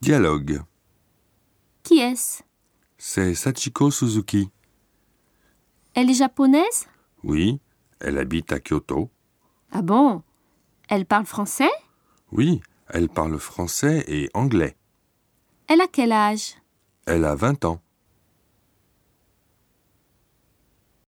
Dialogue. Qui est-ce C'est Sachiko Suzuki. Elle est japonaise Oui, elle habite à Kyoto. Ah bon Elle parle français Oui, elle parle français et anglais. Elle a quel âge Elle a 20 ans.